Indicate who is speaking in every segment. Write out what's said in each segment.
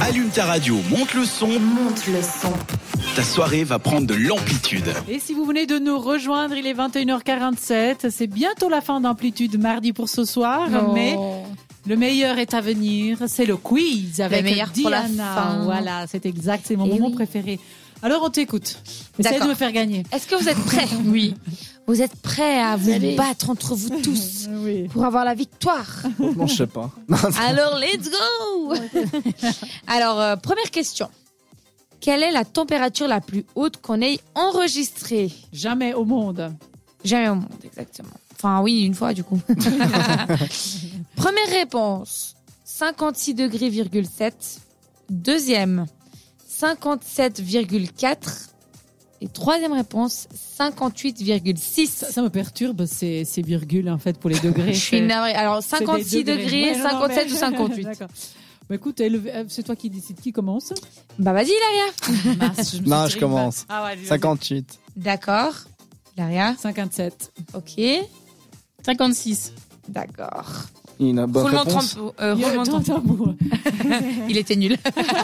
Speaker 1: Allume ta radio, monte le son,
Speaker 2: Monte le son.
Speaker 1: ta soirée va prendre de l'amplitude.
Speaker 3: Et si vous venez de nous rejoindre, il est 21h47. C'est bientôt la fin d'Amplitude mardi pour ce soir, mais le meilleur est à venir. C'est le quiz avec
Speaker 4: meilleur pour la
Speaker 3: Diana.
Speaker 4: fin.
Speaker 3: Voilà, c'est exact, c'est mon
Speaker 4: Eh
Speaker 3: moment
Speaker 4: oui.
Speaker 3: préféré. Alors on t'écoute. Essaye de
Speaker 4: D'accord.
Speaker 3: me faire gagner.
Speaker 4: Est-ce que vous êtes prêts Oui. Vous êtes prêts à vous battre entre vous tous
Speaker 3: Oui.
Speaker 4: pour avoir la victoire
Speaker 5: Non, je sais pas.
Speaker 4: Alors, let's go Alors, euh, première question. Quelle est la température la plus haute qu'on ait enregistrée
Speaker 3: Jamais au monde.
Speaker 4: Jamais au monde, exactement. Enfin, oui, une fois, du coup. Première réponse, 56 degrés,7. Deuxième, 57,4. Et troisième réponse, 58,6.
Speaker 3: Ça, ça me perturbe ces, ces virgules en fait pour les degrés.
Speaker 4: Je suis
Speaker 3: C'est-
Speaker 4: navrée. Alors,
Speaker 3: c'est des
Speaker 4: 56 degrés,
Speaker 3: Ouais, non, non,
Speaker 4: 57
Speaker 3: mais-
Speaker 4: ou 58
Speaker 3: D'accord. Bah, écoute, élevé- euh, c'est toi qui décides qui commence.
Speaker 4: Bah, vas-y, Laria.
Speaker 3: Mince, me suis
Speaker 5: Non, je
Speaker 3: tirée une
Speaker 5: commence.
Speaker 3: balle. Ah ouais, vas-y, vas-y.
Speaker 5: 58.
Speaker 4: D'accord. Laria.
Speaker 3: 57.
Speaker 4: Ok.
Speaker 6: 56.
Speaker 4: D'accord.
Speaker 5: Il a bonne
Speaker 4: Roulement de
Speaker 5: réponse.
Speaker 4: tambour. euh,
Speaker 3: Il y a
Speaker 4: roulement de
Speaker 3: tant
Speaker 4: tambour.
Speaker 3: d'amour.
Speaker 4: Il était nul.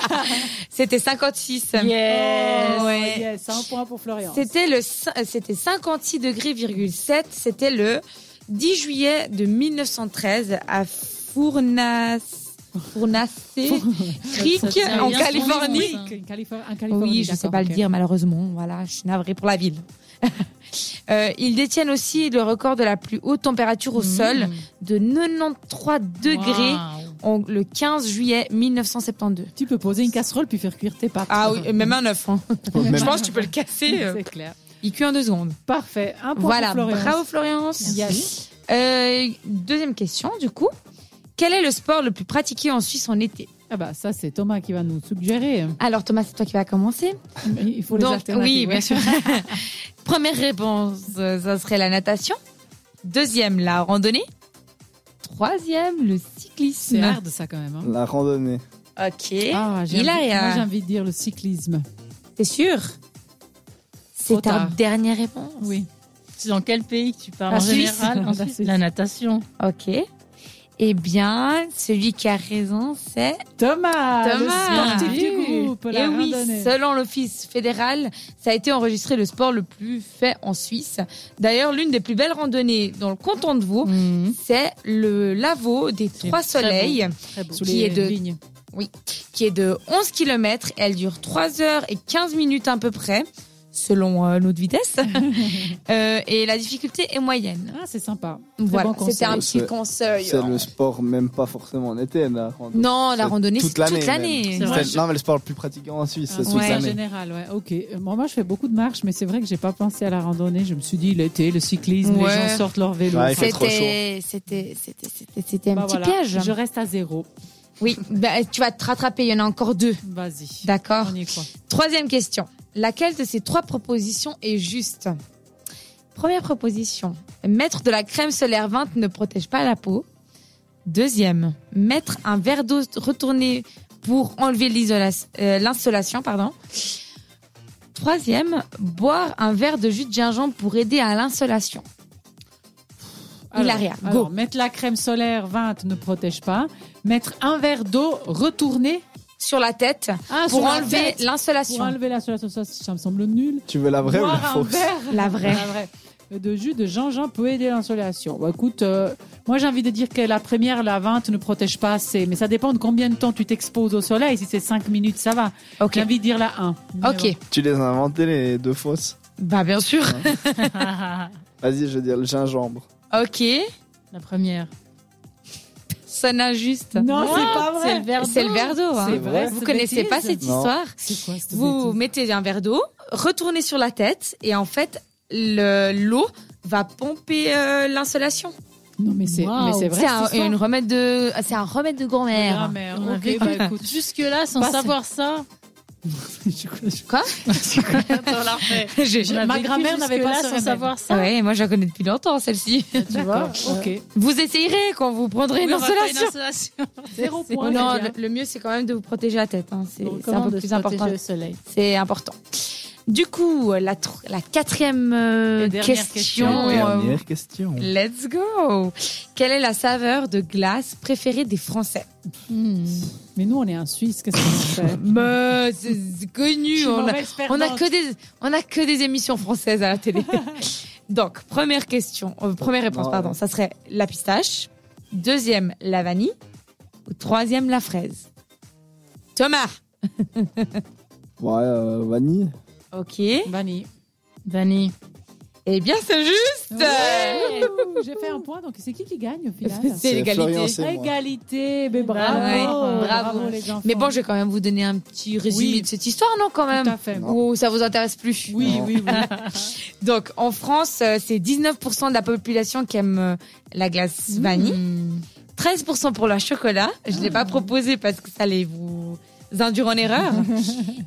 Speaker 4: C'était 56.
Speaker 3: Yes,
Speaker 4: Ouais.
Speaker 3: Oh, yes, un point pour Florian.
Speaker 4: C'était le cin- euh, c'était 56 degrés,7, c'était le 10 juillet de 1913 à Fournas Fournacé Creek
Speaker 6: Ça tient
Speaker 4: en
Speaker 6: bien son
Speaker 4: Californie.
Speaker 6: nom, ça.
Speaker 3: Un Californ- un Californien,
Speaker 4: Oui, je ne sais
Speaker 3: d'accord,
Speaker 4: pas le
Speaker 3: ok.
Speaker 4: dire malheureusement, voilà, je suis navrée pour la ville. Euh, ils détiennent aussi le record de la plus haute température au sol de 93 degrés
Speaker 6: Waouh.
Speaker 4: en- le 15 juillet 1972.
Speaker 3: Tu peux poser une casserole puis faire cuire tes pâtes.
Speaker 4: Ah oui, même un œuf. hein.
Speaker 5: Même-
Speaker 4: Je pense que tu peux le casser. euh,
Speaker 3: c'est clair.
Speaker 4: Il cuit en deux secondes.
Speaker 3: Parfait. Un point
Speaker 4: Voilà,
Speaker 3: pour Florian.
Speaker 4: bravo Florence.
Speaker 3: Yes.
Speaker 4: Euh, deuxième question, du coup. Quel est le sport le plus pratiqué en Suisse en été
Speaker 3: Ah bah ça c'est Thomas qui va nous suggérer.
Speaker 4: Alors Thomas, c'est toi qui vas commencer.
Speaker 3: Il faut les
Speaker 4: Donc
Speaker 3: alternatives.
Speaker 4: oui,
Speaker 3: ouais.
Speaker 4: bien sûr. Première réponse, euh, ça serait la natation. Deuxième, la randonnée. Troisième, le
Speaker 3: C'est
Speaker 4: cyclisme.
Speaker 3: hard ça quand même. hein.
Speaker 5: La randonnée.
Speaker 4: Ok.
Speaker 3: Ah, j'ai
Speaker 4: il a
Speaker 3: envie-
Speaker 4: rien.
Speaker 3: moi j'ai envie de dire le cyclisme.
Speaker 4: T'es sûr
Speaker 3: Trop
Speaker 4: C'est ta
Speaker 3: tard.
Speaker 4: dernière réponse.
Speaker 3: Oui.
Speaker 6: C'est dans quel pays que tu parles
Speaker 4: La
Speaker 6: en
Speaker 4: Suisse.
Speaker 6: général en
Speaker 3: La
Speaker 6: Suisse
Speaker 3: Suisse.
Speaker 6: La natation.
Speaker 4: Ok. Eh bien, celui qui a raison, c'est
Speaker 3: Thomas,
Speaker 4: Thomas.
Speaker 3: le sportif du groupe.
Speaker 4: Et
Speaker 3: la
Speaker 4: oui,
Speaker 3: randonnée.
Speaker 4: selon l'Office fédéral, ça a été enregistré le sport le plus fait en Suisse. D'ailleurs, l'une des plus belles randonnées dans le canton de Vaud,
Speaker 6: Mhm.
Speaker 4: c'est le Laveau des
Speaker 6: C'est
Speaker 4: Trois
Speaker 6: très beau.
Speaker 4: Soleils,
Speaker 6: Très beau.
Speaker 3: Sous
Speaker 4: qui
Speaker 3: les
Speaker 4: est de-
Speaker 3: vignes.
Speaker 4: qui est de 11 km. Elle dure 3 heures et 15 minutes à peu près, selon euh, notre vitesse. Euh, et la difficulté est moyenne.
Speaker 3: Ah c'est sympa.
Speaker 4: Voilà,
Speaker 3: bon
Speaker 4: c'était un
Speaker 5: conseil.
Speaker 4: petit conseil.
Speaker 5: C'est le sport, même pas forcément en été, la randonnée.
Speaker 4: Non, la
Speaker 5: C'est
Speaker 4: randonnée,
Speaker 5: toute
Speaker 4: c'est toute
Speaker 5: l'année,
Speaker 4: l'année.
Speaker 6: C'est vrai.
Speaker 5: C'est- Non, mais le sport le plus pratiqué en Suisse, c'est
Speaker 3: Ah,
Speaker 5: toute
Speaker 4: ouais.
Speaker 3: En
Speaker 5: l'année.
Speaker 3: général, ouais. Ok. Euh, Moi, moi, je fais beaucoup de marches, mais c'est vrai que j'ai pas pensé à la randonnée. Je me suis dit l'été, le cyclisme,
Speaker 4: Ouais.
Speaker 3: les gens sortent leur vélo.
Speaker 5: Ouais, il fait trop
Speaker 4: C'était, c'était, c'était, c'était, c'était un
Speaker 3: Bah,
Speaker 4: petit
Speaker 3: voilà.
Speaker 4: piège.
Speaker 3: Je reste à zéro.
Speaker 4: Oui, bah, tu vas te rattraper, il y en a encore deux.
Speaker 3: Vas-y.
Speaker 4: D'accord.
Speaker 3: On y croit.
Speaker 4: Troisième question. Laquelle de ces trois propositions est juste Première proposition. Mettre de la crème solaire 20 ne protège pas la peau. Deuxième. Mettre un verre d'eau retourné pour enlever l'isola- euh, l'insolation. pardon. Troisième. Boire un verre de jus de gingembre pour aider à l'insolation. Il a rien. Go.
Speaker 3: alors, mettre la crème solaire 20 ne protège pas. Mettre un verre d'eau retourné
Speaker 4: Ah, Sur la tête pour enlever
Speaker 3: pour
Speaker 4: l'insolation.
Speaker 3: enlever la solaire. Ça, ça me semble nul.
Speaker 5: Tu
Speaker 4: Ah,
Speaker 5: veux la vraie ou la
Speaker 3: Boire un
Speaker 5: fausse
Speaker 3: verre
Speaker 4: La vraie.
Speaker 3: La vraie. De jus de gingembre peut aider l'insolation. Bah, écoute, euh, moi j'ai envie de dire que la première, la 20, ne protège pas assez. Mais ça dépend de combien de temps tu t'exposes au soleil. Si c'est 5 minutes, ça va.
Speaker 4: Ok.
Speaker 3: J'ai envie de dire la 1.
Speaker 4: Ok.
Speaker 5: Tu les as inventées, les deux fausses
Speaker 4: Bah bien sûr.
Speaker 6: Ah, la
Speaker 5: Vas-y, je veux dire le gingembre.
Speaker 4: Ok.
Speaker 6: première.
Speaker 4: Sonne injuste.
Speaker 3: Non, c'est pas
Speaker 6: Ah, C'est
Speaker 3: vrai.
Speaker 6: le verre
Speaker 4: C'est le verre d'eau. hein.
Speaker 3: C'est
Speaker 5: vrai,
Speaker 3: cette
Speaker 4: Vous connaissez
Speaker 3: bêtise.
Speaker 4: pas cette
Speaker 5: Non.
Speaker 4: histoire
Speaker 3: C'est quoi cette
Speaker 4: Vous
Speaker 3: bêtise
Speaker 4: mettez un verre d'eau, retournez sur la tête et en fait le- l'eau va pomper euh, l'insolation.
Speaker 3: Non, mais c'est
Speaker 6: Waouh.
Speaker 3: mais c'est vrai.
Speaker 4: C'est un,
Speaker 3: cette histoire.
Speaker 4: une remède de c'est un remède de grand-mère.
Speaker 3: Ah, merde.
Speaker 6: On a
Speaker 3: Ok,
Speaker 6: vécu
Speaker 3: bah, écoute.
Speaker 6: Jusque-là, sans
Speaker 4: Pas-
Speaker 6: savoir ça.
Speaker 4: Quoi
Speaker 6: Attends, on la refait.
Speaker 4: Je-
Speaker 6: On a
Speaker 3: Ma
Speaker 6: vécu
Speaker 3: grand-mère n'avait pas
Speaker 6: jusque-là
Speaker 3: ce
Speaker 6: sans
Speaker 3: remède.
Speaker 6: savoir ça.
Speaker 4: Ouais, moi je la connais depuis longtemps celle-ci.
Speaker 3: Tu vois Ok.
Speaker 4: Vous essayerez quand vous prendrez une
Speaker 6: Oui, on va faire
Speaker 4: insolation.
Speaker 6: insolation.
Speaker 3: Zéro
Speaker 6: C'est-
Speaker 3: point.
Speaker 4: non,
Speaker 3: Nadia.
Speaker 4: le, le mieux c'est quand même de vous protéger la tête. hein. C'est
Speaker 6: Bon,
Speaker 4: c'est un
Speaker 6: comment
Speaker 4: peu
Speaker 6: de
Speaker 4: plus
Speaker 6: se protéger
Speaker 4: important.
Speaker 6: au soleil.
Speaker 4: C'est important. Du coup, la, tr- la quatrième euh,
Speaker 6: Et dernière
Speaker 4: question.
Speaker 6: question, oui.
Speaker 4: euh,
Speaker 5: Dernière question.
Speaker 4: Let's go Quelle est la saveur de glace préférée des Français
Speaker 3: Hmm. Mais nous, on est en Suisse, qu'est-ce qu'on fait
Speaker 4: Mais bah, c'est c'est
Speaker 3: Je
Speaker 4: connu
Speaker 3: suis
Speaker 4: on a,
Speaker 3: mauvaise
Speaker 4: on a
Speaker 3: perdante.
Speaker 4: que des, on a que des émissions françaises à la télé. Donc, première question, euh, première réponse,
Speaker 5: Non,
Speaker 4: pardon,
Speaker 5: ouais.
Speaker 4: ça serait la pistache. Deuxième, la vanille. Ou troisième, la fraise. Thomas
Speaker 5: Ouais, euh, vanille.
Speaker 4: Ok. Eh
Speaker 3: Vanille.
Speaker 6: Vanille.
Speaker 4: bien, c'est juste
Speaker 3: Ouais. Ouh, J'ai fait un point, donc c'est qui qui gagne au final
Speaker 4: C'est l'égalité. Ah,
Speaker 5: Florian, c'est moi.
Speaker 3: Égalité, mais bravo,
Speaker 6: Ouais,
Speaker 3: bravo,
Speaker 4: bravo
Speaker 3: les enfants.
Speaker 4: Mais bon, je vais quand même vous donner un petit résumé
Speaker 3: Oui.
Speaker 4: de cette histoire, non, quand
Speaker 3: tout
Speaker 4: même
Speaker 3: à fait.
Speaker 5: Non.
Speaker 4: Ou ça vous intéresse plus
Speaker 3: Oui,
Speaker 5: Non.
Speaker 3: oui, oui.
Speaker 4: Donc, en France, euh, c'est 19% de la population qui aime euh, la glace vanille.
Speaker 6: Mmh.
Speaker 4: 13% pour le chocolat. Je ne l'ai
Speaker 3: Mmh.
Speaker 4: pas proposé parce que ça allait vous induire en erreur.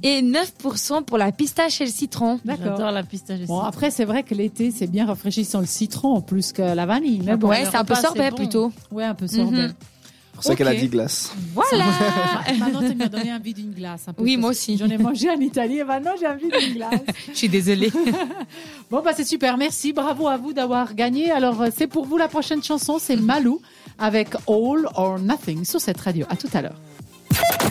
Speaker 4: Et 9% pour la pistache et le citron.
Speaker 3: D'accord.
Speaker 6: J'adore la pistache. et
Speaker 3: Bon,
Speaker 6: citron.
Speaker 3: après, c'est vrai que l'été, c'est bien rafraîchissant le citron plus que la vanille. Mais bon,
Speaker 4: ouais,
Speaker 6: le
Speaker 4: c'est un peu
Speaker 6: repas,
Speaker 4: sorbet
Speaker 6: c'est bon.
Speaker 4: plutôt.
Speaker 3: ouais, un peu sorbet. Ah,
Speaker 4: Mhm.
Speaker 5: C'est pour ça qu'elle a
Speaker 3: Ok.
Speaker 5: dit glace.
Speaker 4: Voilà
Speaker 3: Maintenant, tu m'as donné envie d'une glace. un peu,
Speaker 4: Oui,
Speaker 3: parce
Speaker 4: moi
Speaker 3: que
Speaker 4: aussi.
Speaker 3: J'en ai mangé en Italie et maintenant, j'ai envie d'une glace.
Speaker 4: Je suis désolée.
Speaker 3: Bon, bah, c'est super. Merci. Bravo à vous d'avoir gagné. Alors, euh, c'est pour vous la prochaine chanson. C'est Malou avec All or Nothing sur cette radio. À tout à l'heure.